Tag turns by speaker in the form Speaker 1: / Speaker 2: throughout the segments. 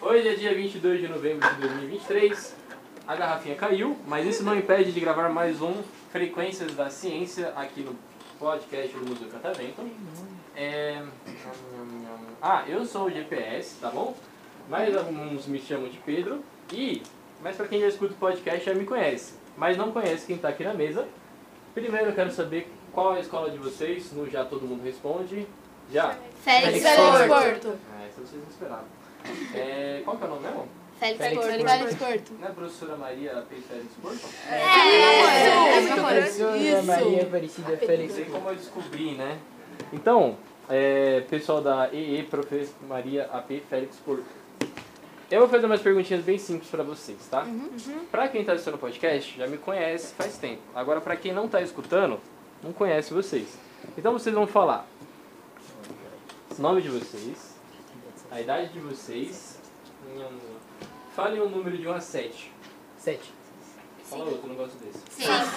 Speaker 1: Hoje é dia 22 de novembro de 2023. A garrafinha caiu, mas isso não impede de gravar mais um Frequências da Ciência aqui no podcast do Museu Catavento. É... Ah, eu sou o GPS, tá bom? Mas alguns me chamam de Pedro. E, mas pra quem já escuta o podcast já me conhece, mas não conhece quem tá aqui na mesa. Primeiro eu quero saber qual é a escola de vocês, no Já Todo Mundo Responde. Já.
Speaker 2: Félix,
Speaker 3: Félix
Speaker 2: Porto.
Speaker 3: Porto.
Speaker 1: Ah, essa vocês não esperavam. É, qual que é o nome mesmo?
Speaker 2: Félix,
Speaker 1: Félix
Speaker 2: Porto.
Speaker 1: Porto.
Speaker 3: Félix Porto.
Speaker 1: Não é a professora Maria Félix Porto?
Speaker 3: É,
Speaker 2: Isso.
Speaker 4: Professora
Speaker 3: Isso.
Speaker 4: Maria Aparecida
Speaker 1: Não
Speaker 4: Félix.
Speaker 1: sei como eu descobri, né? Então, é, pessoal da EE, Profe. Maria AP Félix Porto. Eu vou fazer umas perguntinhas bem simples pra vocês, tá? Pra quem tá assistindo o podcast, já me conhece faz tempo. Agora, pra quem não tá escutando, não conhece vocês. Então, vocês vão falar o nome de vocês, a idade de vocês. Falem o um número de 1 a 7.
Speaker 4: Sete.
Speaker 1: Fala outro, eu não gosto desse.
Speaker 2: Seis.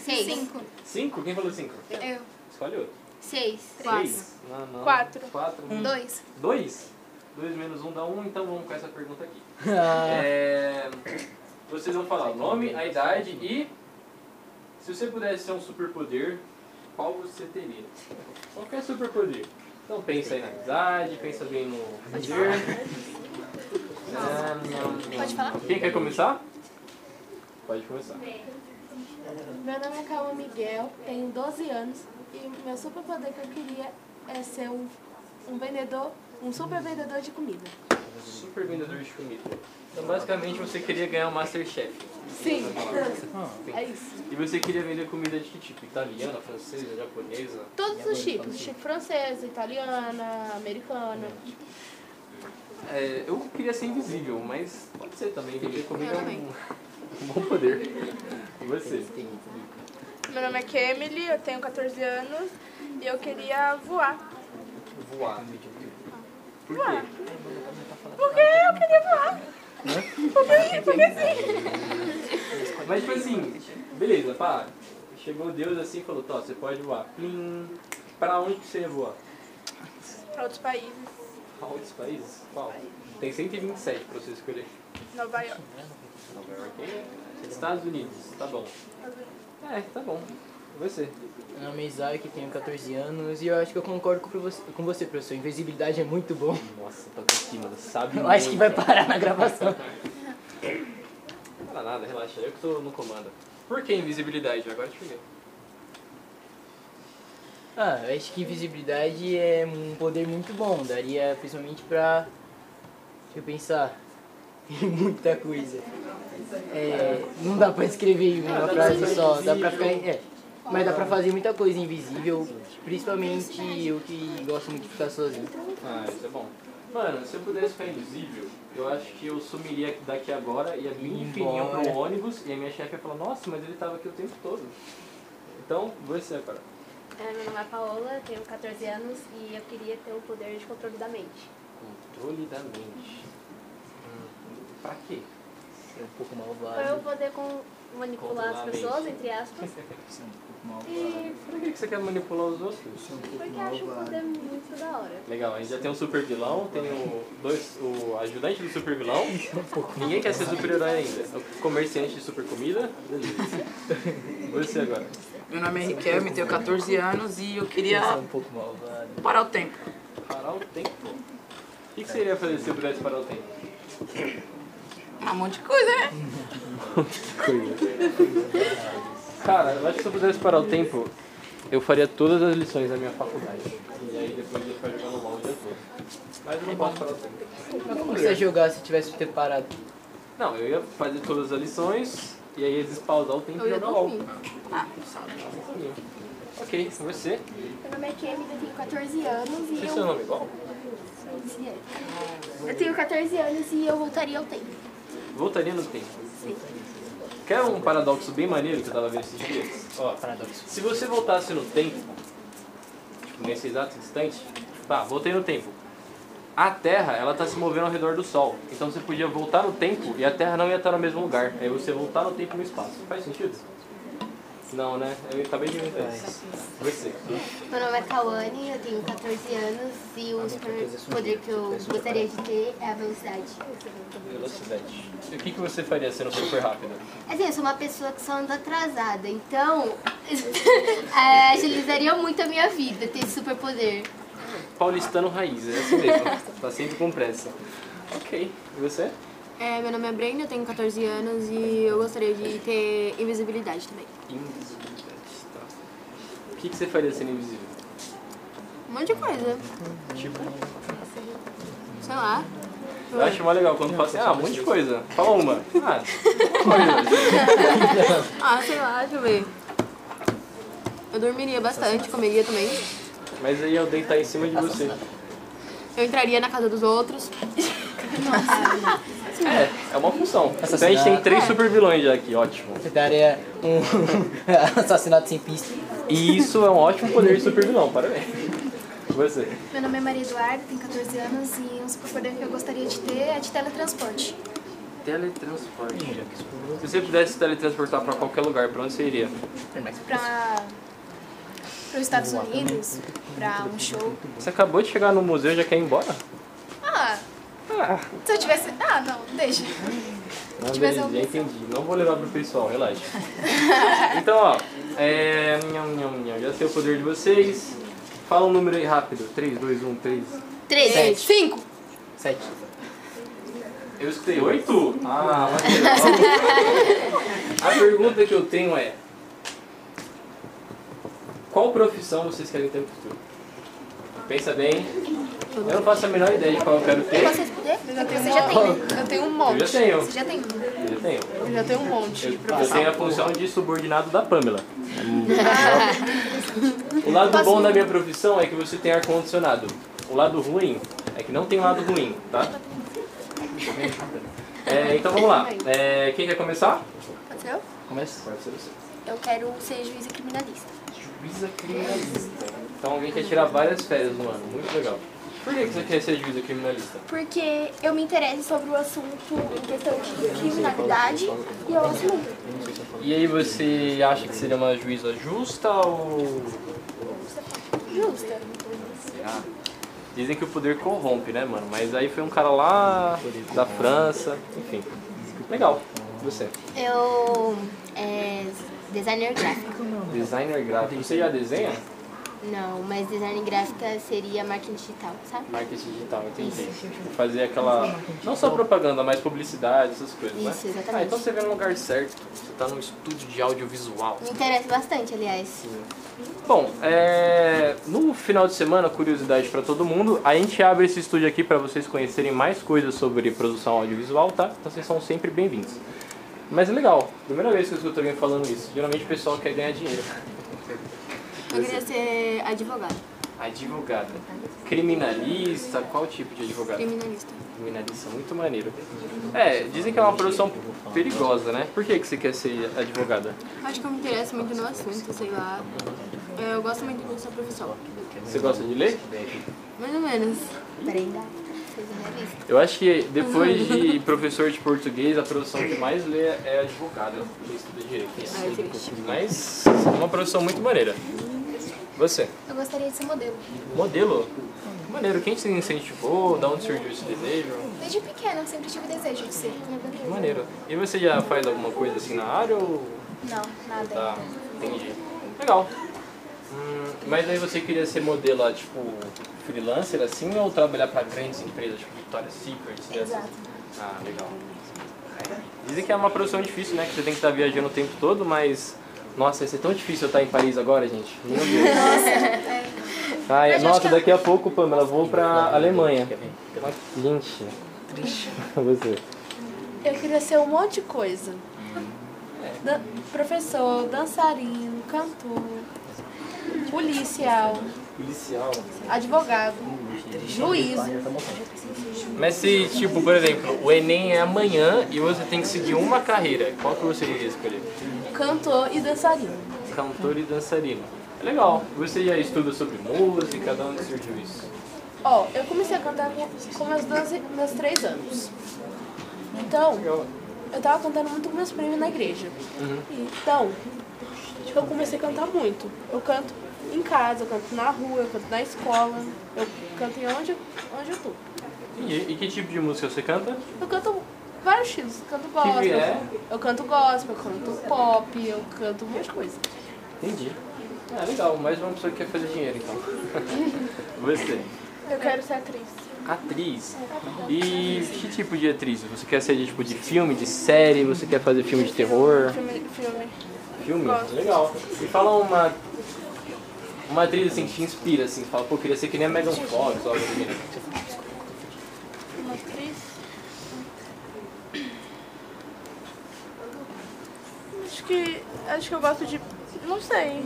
Speaker 2: Seis.
Speaker 3: Cinco.
Speaker 1: 5? Quem falou 5?
Speaker 3: Eu.
Speaker 1: Escolhe outro.
Speaker 2: Seis.
Speaker 1: Seis? Não, não.
Speaker 3: Quatro.
Speaker 1: Quatro.
Speaker 3: Dois.
Speaker 1: Dois? Dois menos um dá um, então vamos com essa pergunta aqui.
Speaker 4: Ah,
Speaker 1: É, vocês vão falar o nome, a idade e se você pudesse ser um superpoder, qual você teria? Qualquer superpoder. Então pensa aí na amizade, pensa bem no poder.
Speaker 2: Pode falar?
Speaker 1: Quem quer começar? Pode começar.
Speaker 5: Meu nome é Calma Miguel, tenho 12 anos e meu super poder que eu queria é ser um, um vendedor, um super vendedor de comida.
Speaker 1: Super vendedor de comida. Então basicamente você queria ganhar o um Masterchef.
Speaker 5: Sim,
Speaker 1: Sim.
Speaker 5: é isso.
Speaker 1: E você queria vender comida de que tipo? Italiana, francesa, japonesa?
Speaker 5: Todos os tipos, tipo francesa, italiana, americana.
Speaker 1: É, eu queria ser invisível, mas pode ser também. Vender comida é um, um bom poder. E você?
Speaker 4: tem.
Speaker 3: Meu nome é Kemily, eu tenho 14 anos e eu queria voar.
Speaker 1: Voar. Por quê?
Speaker 3: Porque eu queria voar. Porque, porque sim.
Speaker 1: Mas tipo assim, beleza, pá. Chegou Deus assim e falou, tá, você pode voar. Plim. Pra onde que você ia voar?
Speaker 3: Pra outros países,
Speaker 1: Pra outros países? Qual? Tem 127 pra você escolher.
Speaker 3: Nova York.
Speaker 1: Nova York. Estados Unidos, tá bom. É, tá bom. E você?
Speaker 4: Meu nome é Isaac, tenho 14 anos e eu acho que eu concordo com você, com você professor. Invisibilidade é muito bom.
Speaker 1: Nossa, tá aqui, mano. Sabe
Speaker 4: Eu acho que vai
Speaker 1: muito.
Speaker 4: parar na gravação.
Speaker 1: Não dá nada, relaxa. Eu que tô no comando. Por que invisibilidade? Agora te peguei.
Speaker 4: Ah, eu acho que invisibilidade é um poder muito bom. Daria principalmente pra. Deixa eu pensar. Tem muita coisa. É, não dá pra escrever em
Speaker 1: Ah,
Speaker 4: uma
Speaker 1: dá pra
Speaker 4: frase
Speaker 1: ser
Speaker 4: só, dá pra
Speaker 1: invisível.
Speaker 4: ficar. em- É. Mas dá pra fazer muita coisa invisível, principalmente eu que gosto muito de ficar sozinho.
Speaker 1: Ah, isso é bom. Mano, se eu pudesse ficar invisível, eu acho que eu sumiria daqui agora e a minha infiniam
Speaker 4: Embora.
Speaker 1: pro ônibus e a minha chefe ia falar, nossa, mas ele tava aqui o tempo todo. Então, você agora.
Speaker 6: Meu nome é Paola, eu tenho 14 anos e eu queria ter o poder de controle da mente.
Speaker 1: Controle da mente. Pra quê?
Speaker 4: É um pouco
Speaker 6: Pra eu
Speaker 4: malvado.
Speaker 6: poder com- manipular
Speaker 1: Controlar a
Speaker 6: as pessoas,
Speaker 1: mente.
Speaker 6: entre aspas,
Speaker 4: Sim, um pouco malvado.
Speaker 6: e
Speaker 1: Pra que que você quer manipular os outros?
Speaker 4: Sim, um pouco
Speaker 6: porque eu acho um
Speaker 4: malvado.
Speaker 6: poder muito da hora.
Speaker 1: Legal, a gente já tem um super vilão, tem o, dois, o ajudante do super vilão. Ninguém quer ser super herói ainda. É O comerciante de super comida. Beleza. Você agora.
Speaker 7: Meu nome é Riquelme, tenho 14 anos e eu queria
Speaker 4: Sim, um pouco malvado.
Speaker 7: parar o tempo.
Speaker 1: Parar o tempo. O que, que você iria fazer se eu pudesse parar o tempo?
Speaker 7: Um monte de coisa, né?
Speaker 1: Cara, eu acho que se eu pudesse parar o tempo, eu faria todas as lições da minha faculdade. E aí depois eu ia ficar jogando mal o dia todo. Mas eu não posso parar o tempo.
Speaker 4: Mas como você ia jogar se tivesse tempo parado?
Speaker 1: Não, eu ia fazer todas as lições e aí eles pausar o tempo
Speaker 5: Eu
Speaker 1: e
Speaker 5: ia
Speaker 1: jogar LOL.
Speaker 5: dormir.
Speaker 7: Ah, sabe.
Speaker 1: Ok, você?
Speaker 5: Meu nome é Kemida, tenho 14 anos
Speaker 1: Esse é seu nome igual?
Speaker 5: eu tenho 14 anos e eu voltaria ao tempo.
Speaker 1: Voltaria no tempo. Quer um paradoxo bem maneiro que eu tava vendo esses dias? Ó,
Speaker 4: Paradoxo.
Speaker 1: se você voltasse no tempo, tipo, nesse exato instante, tá, voltei no tempo. a Terra, ela tá se movendo ao redor do Sol. Então você podia voltar no tempo e a Terra não ia estar no mesmo lugar. Aí você voltar no tempo e no espaço. Faz sentido? Não, né? Eu acabei de inventar isso. Você.
Speaker 2: Meu nome é Kawane, eu tenho 14 anos e o super poder que eu gostaria de ter é a velocidade.
Speaker 1: Velocidade. E o que, que você faria sendo super rápida?
Speaker 2: Assim, eu sou uma pessoa que só anda atrasada, então é, agilizaria muito a minha vida ter esse super poder.
Speaker 1: Paulistano raiz, é assim mesmo. tá sempre com pressa. Ok. E você?
Speaker 8: É, meu nome é Brenda, eu tenho 14 anos e eu gostaria de ter invisibilidade também.
Speaker 1: Invisibilidade. Tá. O que, que você faria sendo invisível?
Speaker 8: Um monte de coisa.
Speaker 1: Tipo,
Speaker 8: Sei lá.
Speaker 1: eu acho mais legal quando fala assim, ah, um monte de coisa. Fala uma. Ah, coisa.
Speaker 8: Ah, sei lá, deixa eu ver. Eu dormiria bastante, comeria também.
Speaker 1: Mas aí eu deitar em cima de você.
Speaker 8: Eu entraria na casa dos outros.
Speaker 1: É, é uma função. Então a gente
Speaker 4: Assassinato.
Speaker 1: tem três super vilões já aqui, ótimo.
Speaker 4: Você daria um assassinato sem pista.
Speaker 1: E isso é um ótimo poder de super vilão, parabéns. Você.
Speaker 9: Meu nome é Maria Eduarda, tenho 14 anos e um superpoder que eu gostaria de ter é de teletransporte.
Speaker 1: Teletransporte. Se você pudesse teletransportar pra qualquer lugar, pra onde você iria?
Speaker 9: Para os Estados Unidos, para um show.
Speaker 1: Você acabou de chegar no museu e já quer ir embora?
Speaker 9: Ah, se eu tivesse... Ah, não, deixa.
Speaker 1: Não,
Speaker 9: Tivesse
Speaker 1: beleza,
Speaker 9: algum
Speaker 1: já entendi. Não vou levar pro pessoal, relaxa. então, ó. É... nham, nham, nham, Já sei o poder de vocês. Fala um número aí rápido. um, 3, 2, 1, 3.
Speaker 2: 3.
Speaker 4: Sete.
Speaker 8: 5!
Speaker 4: Sete.
Speaker 1: Eu escutei 8? Ah, mas A pergunta que eu tenho é: Qual profissão vocês querem ter no futuro? Pensa bem. Eu não faço a menor ideia de qual eu quero ter.
Speaker 2: Vocês poderem?
Speaker 3: Você já tem,
Speaker 8: né?
Speaker 3: Eu tenho um
Speaker 1: Eu já
Speaker 3: monte.
Speaker 1: tenho.
Speaker 9: Você já tem um.
Speaker 1: Eu já tenho.
Speaker 3: Eu já tenho um monte de
Speaker 1: Eu
Speaker 3: profissão.
Speaker 1: tenho a função de subordinado da Pamela. O lado bom da minha profissão é que você tem ar-condicionado. O lado ruim é que não tem lado ruim, tá? É, então vamos lá. É, quem quer começar?
Speaker 2: Pode ser eu?
Speaker 4: Começa.
Speaker 1: Pode ser você.
Speaker 2: Eu quero ser juíza criminalista.
Speaker 1: Juíza criminalista. Então alguém quer tirar várias férias no ano. Muito legal. Por que que você quer ser juíza criminalista?
Speaker 9: Porque eu me interesso sobre o assunto em questão de criminalidade e
Speaker 8: é um
Speaker 9: eu acho muito.
Speaker 1: E aí você acha que seria uma juíza justa ou...
Speaker 9: Justa.
Speaker 1: Será? Dizem que o poder corrompe, né, mano? Mas aí foi um cara lá da França, enfim. Legal. Você.
Speaker 2: Eu. É, designer gráfico.
Speaker 1: Designer gráfico. Você já desenha?
Speaker 2: Não, mas design gráfica seria marketing digital, sabe?
Speaker 1: Marketing digital, entendi. Tipo, Fazer aquela. Não só propaganda, mas publicidade, essas coisas, né?
Speaker 2: Isso, exatamente.
Speaker 1: Ah, então você vem no lugar certo. Você tá num estúdio de audiovisual.
Speaker 2: Me interessa bastante, aliás.
Speaker 1: Bom, é, no final de semana, curiosidade pra todo mundo, a gente abre esse estúdio aqui pra vocês conhecerem mais coisas sobre produção audiovisual, tá? Então vocês são sempre bem-vindos. Mas é legal, primeira vez que eu escuto alguém falando isso. Geralmente o pessoal quer ganhar dinheiro.
Speaker 8: Eu queria ser advogado,
Speaker 1: Advogada. Criminalista, qual tipo de advogado?
Speaker 8: criminalista.
Speaker 1: Criminalista, muito maneiro. É, dizem que é uma produção perigosa, né? Por que, que você quer ser advogada?
Speaker 8: Acho que eu me interesso muito no assunto, sei lá. Eu gosto muito dessa profissão.
Speaker 1: Você gosta de ler?
Speaker 8: Mais ou menos.
Speaker 2: Brenda, seja realista.
Speaker 1: Eu acho que depois de professor de português, a profissão que mais lê é advogado. que estuda
Speaker 8: Ah, é triste.
Speaker 1: direito. Mas é uma profissão muito maneira. Você?
Speaker 9: Eu gostaria de ser modelo.
Speaker 1: Modelo? Maneiro, quem te incentivou? Da onde surgiu esse desejo?
Speaker 9: Desde pequena eu sempre tive desejo de ser.
Speaker 1: Maneiro. E você já faz alguma coisa assim na área ou.
Speaker 9: Não, nada.
Speaker 1: Tá, entendi. Legal. Hum, mas aí você queria ser modelo, tipo, freelancer assim ou trabalhar pra grandes empresas, tipo Victoria's Secret? dessas?
Speaker 9: Exato.
Speaker 1: Ah, legal. Dizem que é uma profissão difícil, né? Que você tem que estar viajando o tempo todo, mas. Nossa, ia ser tão difícil eu estar em Paris agora, gente. Meu Deus. Ai,
Speaker 9: é. Mas eu acho
Speaker 1: nossa,
Speaker 9: que- é
Speaker 1: daqui a pouco, Pamela, vou pra Alemanha. Gente. Triste. Você.
Speaker 5: Eu queria ser um monte de coisa. Dan- professor, dançarino, cantor, policial,
Speaker 1: Policial.
Speaker 5: advogado, juiz.
Speaker 1: Mas se, tipo, por exemplo, o Enem é amanhã e você tem que seguir uma carreira, qual que você iria escolher?
Speaker 5: cantor e dançarino.
Speaker 1: Cantor e dançarino. É legal. Você já estuda sobre música, de onde surgiu isso?
Speaker 5: Ó, eu comecei a cantar com, com meus, 12, meus 3 anos. Então, eu tava cantando muito com meus primos na igreja. Então, tipo, eu comecei a cantar muito. Eu canto em casa, eu canto na rua, eu canto na escola, eu canto em onde, onde eu tô.
Speaker 1: E, e que tipo de música você canta?
Speaker 5: Eu canto vários estilos, eu canto gospel,
Speaker 1: vier.
Speaker 5: eu canto gospel, eu canto pop, eu canto um muitas coisas.
Speaker 1: Entendi. Ah, legal. Mais uma pessoa que quer fazer dinheiro, então. você.
Speaker 3: Eu quero ser atriz.
Speaker 1: Atriz. E que tipo de atriz? Você quer ser de tipo de filme, de série? Você quer fazer filme de terror?
Speaker 3: Filme. filme.
Speaker 1: Filme?
Speaker 3: Gosto.
Speaker 1: Legal. E fala uma. Uma atriz assim que te inspira, assim, que fala, pô, eu queria ser que nem a Megan Fox, ou algo assim.
Speaker 3: Uma atriz. Acho que. Acho que eu gosto de. Não sei.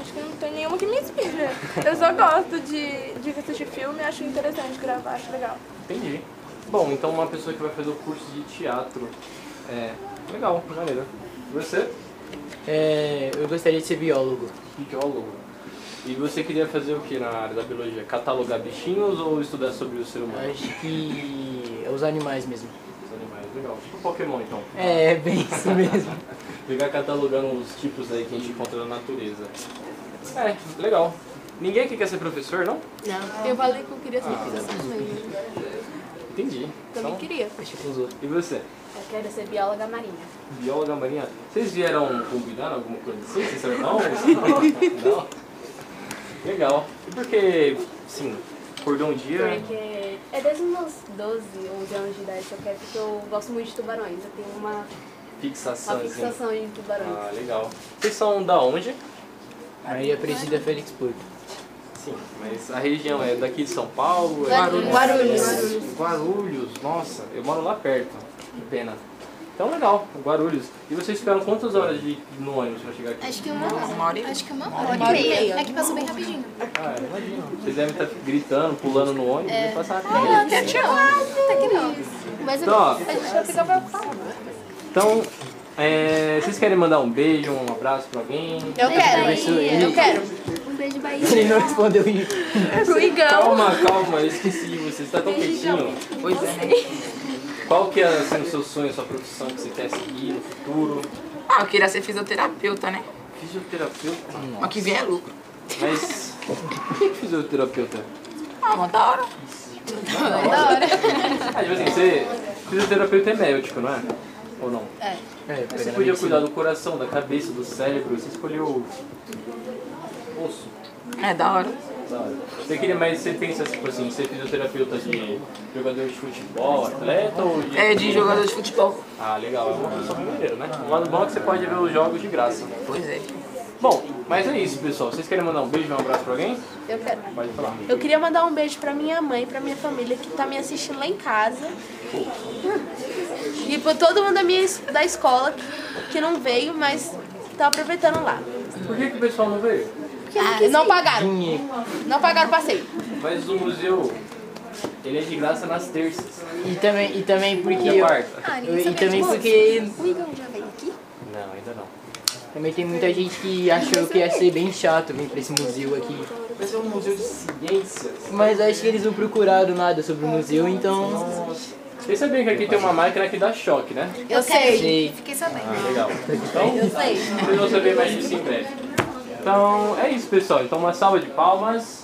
Speaker 3: Acho que não tem nenhuma que me inspire. Eu só gosto de, de assistir filme, acho interessante gravar, acho legal.
Speaker 1: Entendi. Bom, então uma pessoa que vai fazer o curso de teatro. É. Legal, maneiro. Você?
Speaker 4: É, eu gostaria de ser biólogo.
Speaker 1: Biólogo. E você queria fazer o que na área da biologia? Catalogar bichinhos ou estudar sobre o ser humano?
Speaker 4: Acho que é os animais mesmo.
Speaker 1: Os animais, legal. Tipo Pokémon, então.
Speaker 4: É, é bem isso mesmo.
Speaker 1: Ficar catalogando os tipos aí que a gente encontra na natureza. É, legal. Ninguém aqui quer ser professor, não?
Speaker 8: Não. Eu falei que eu queria ser professora também.
Speaker 5: né?
Speaker 1: Entendi.
Speaker 8: Também
Speaker 1: Então,
Speaker 8: queria.
Speaker 4: Acho que os outros.
Speaker 1: e você?
Speaker 6: Eu quero ser bióloga marinha.
Speaker 1: Bióloga marinha. Vocês vieram combinar alguma coisa assim? Vocês disseram não? Não? Legal. E por que, sim, acordou um dia...
Speaker 6: Porque é desde os meus 12 ou 11 anos de idade que eu quero, porque eu gosto muito de tubarões. Eu tenho uma,
Speaker 1: Fixação,
Speaker 6: uma
Speaker 1: assim.
Speaker 6: fixação em tubarões.
Speaker 1: Ah, legal. Vocês são da onde?
Speaker 4: Maria Presida Félix Porto.
Speaker 1: Sim, mas a região é daqui de São Paulo? é-
Speaker 2: Guarulhos. Guarulhos.
Speaker 1: Guarulhos, nossa, eu moro lá perto, que pena. Então legal, Guarulhos. E vocês ficaram quantas horas de, no ônibus pra chegar aqui?
Speaker 2: Acho que uma hora.
Speaker 7: Uma hora e
Speaker 2: Acho que uma hora e meia. É que passou bem rapidinho.
Speaker 1: Ah, eu imagino. Vocês devem estar gritando, pulando no ônibus né? e passar a
Speaker 2: É. Até que não. Mas
Speaker 1: "Ah, Então, ó,
Speaker 2: a gente vai ficar preocupado.
Speaker 1: então é, vocês querem mandar um beijo, um abraço pra alguém?
Speaker 8: Eu quero. Eu quero.
Speaker 2: Um beijo, Bahia.
Speaker 4: Ele não respondeu isso.
Speaker 3: Pro Igão.
Speaker 1: Calma, calma, eu esqueci de você, você tá tão quietinho.
Speaker 7: Pois é, né?
Speaker 1: Qual que é assim, o seu sonho, a sua profissão que você quer seguir no futuro?
Speaker 7: Ah, eu queria ser fisioterapeuta, né?
Speaker 1: Fisioterapeuta?
Speaker 7: Mas que vier é lucro.
Speaker 1: Mas por que que fisioterapeuta?
Speaker 7: Ah, mano, da hora.
Speaker 1: Ah, tipo assim, você. Fisioterapeuta é médico, não é? Ou não?
Speaker 4: É,
Speaker 1: Você
Speaker 4: pega na
Speaker 1: podia
Speaker 4: medicina.
Speaker 1: cuidar do coração, da cabeça, do cérebro, você escolheu o osso.
Speaker 7: É, da hora.
Speaker 1: da hora. Você queria, mas você pensa tipo assim, ser fisioterapeuta de jogador de futebol, atleta ou de.
Speaker 7: É de jogador de futebol.
Speaker 1: Ah, legal, é uma profissão bem maneira, né? O lado bom é que você pode ver os jogos de graça.
Speaker 7: Pois é.
Speaker 1: Bom, mas é isso, pessoal. Vocês querem mandar um beijo, um abraço pra alguém?
Speaker 5: Eu quero.
Speaker 1: Pode falar.
Speaker 5: Eu queria mandar um beijo pra minha mãe, pra minha família que tá me assistindo lá em casa. E pra todo mundo da, minha, es- da escola que, que não veio, mas tá aproveitando lá.
Speaker 1: Por que, que o pessoal não veio?
Speaker 5: Ah, não pagaram.
Speaker 4: Dinheiro.
Speaker 5: Não pagaram o passeio.
Speaker 1: Mas o museu, ele é de graça nas terças.
Speaker 4: E também, e também porque
Speaker 1: E a
Speaker 4: eu,
Speaker 1: quarta?
Speaker 4: eu-
Speaker 6: é
Speaker 4: e também porque
Speaker 2: O Igor já veio aqui?
Speaker 1: Não, ainda não.
Speaker 4: também tem muita gente que achou que ia ser bem chato vir pra esse museu aqui.
Speaker 1: Mas é um museu de ciências.
Speaker 4: Mas acho que eles não procuraram nada sobre o museu, então
Speaker 1: Vocês sabiam que aqui tem uma máquina que dá choque, né?
Speaker 8: Eu sei.
Speaker 4: sei.
Speaker 2: Fiquei sabendo.
Speaker 1: Legal. Então, vocês vão saber mais disso em breve. Então, é isso, pessoal. Então, uma salva de palmas.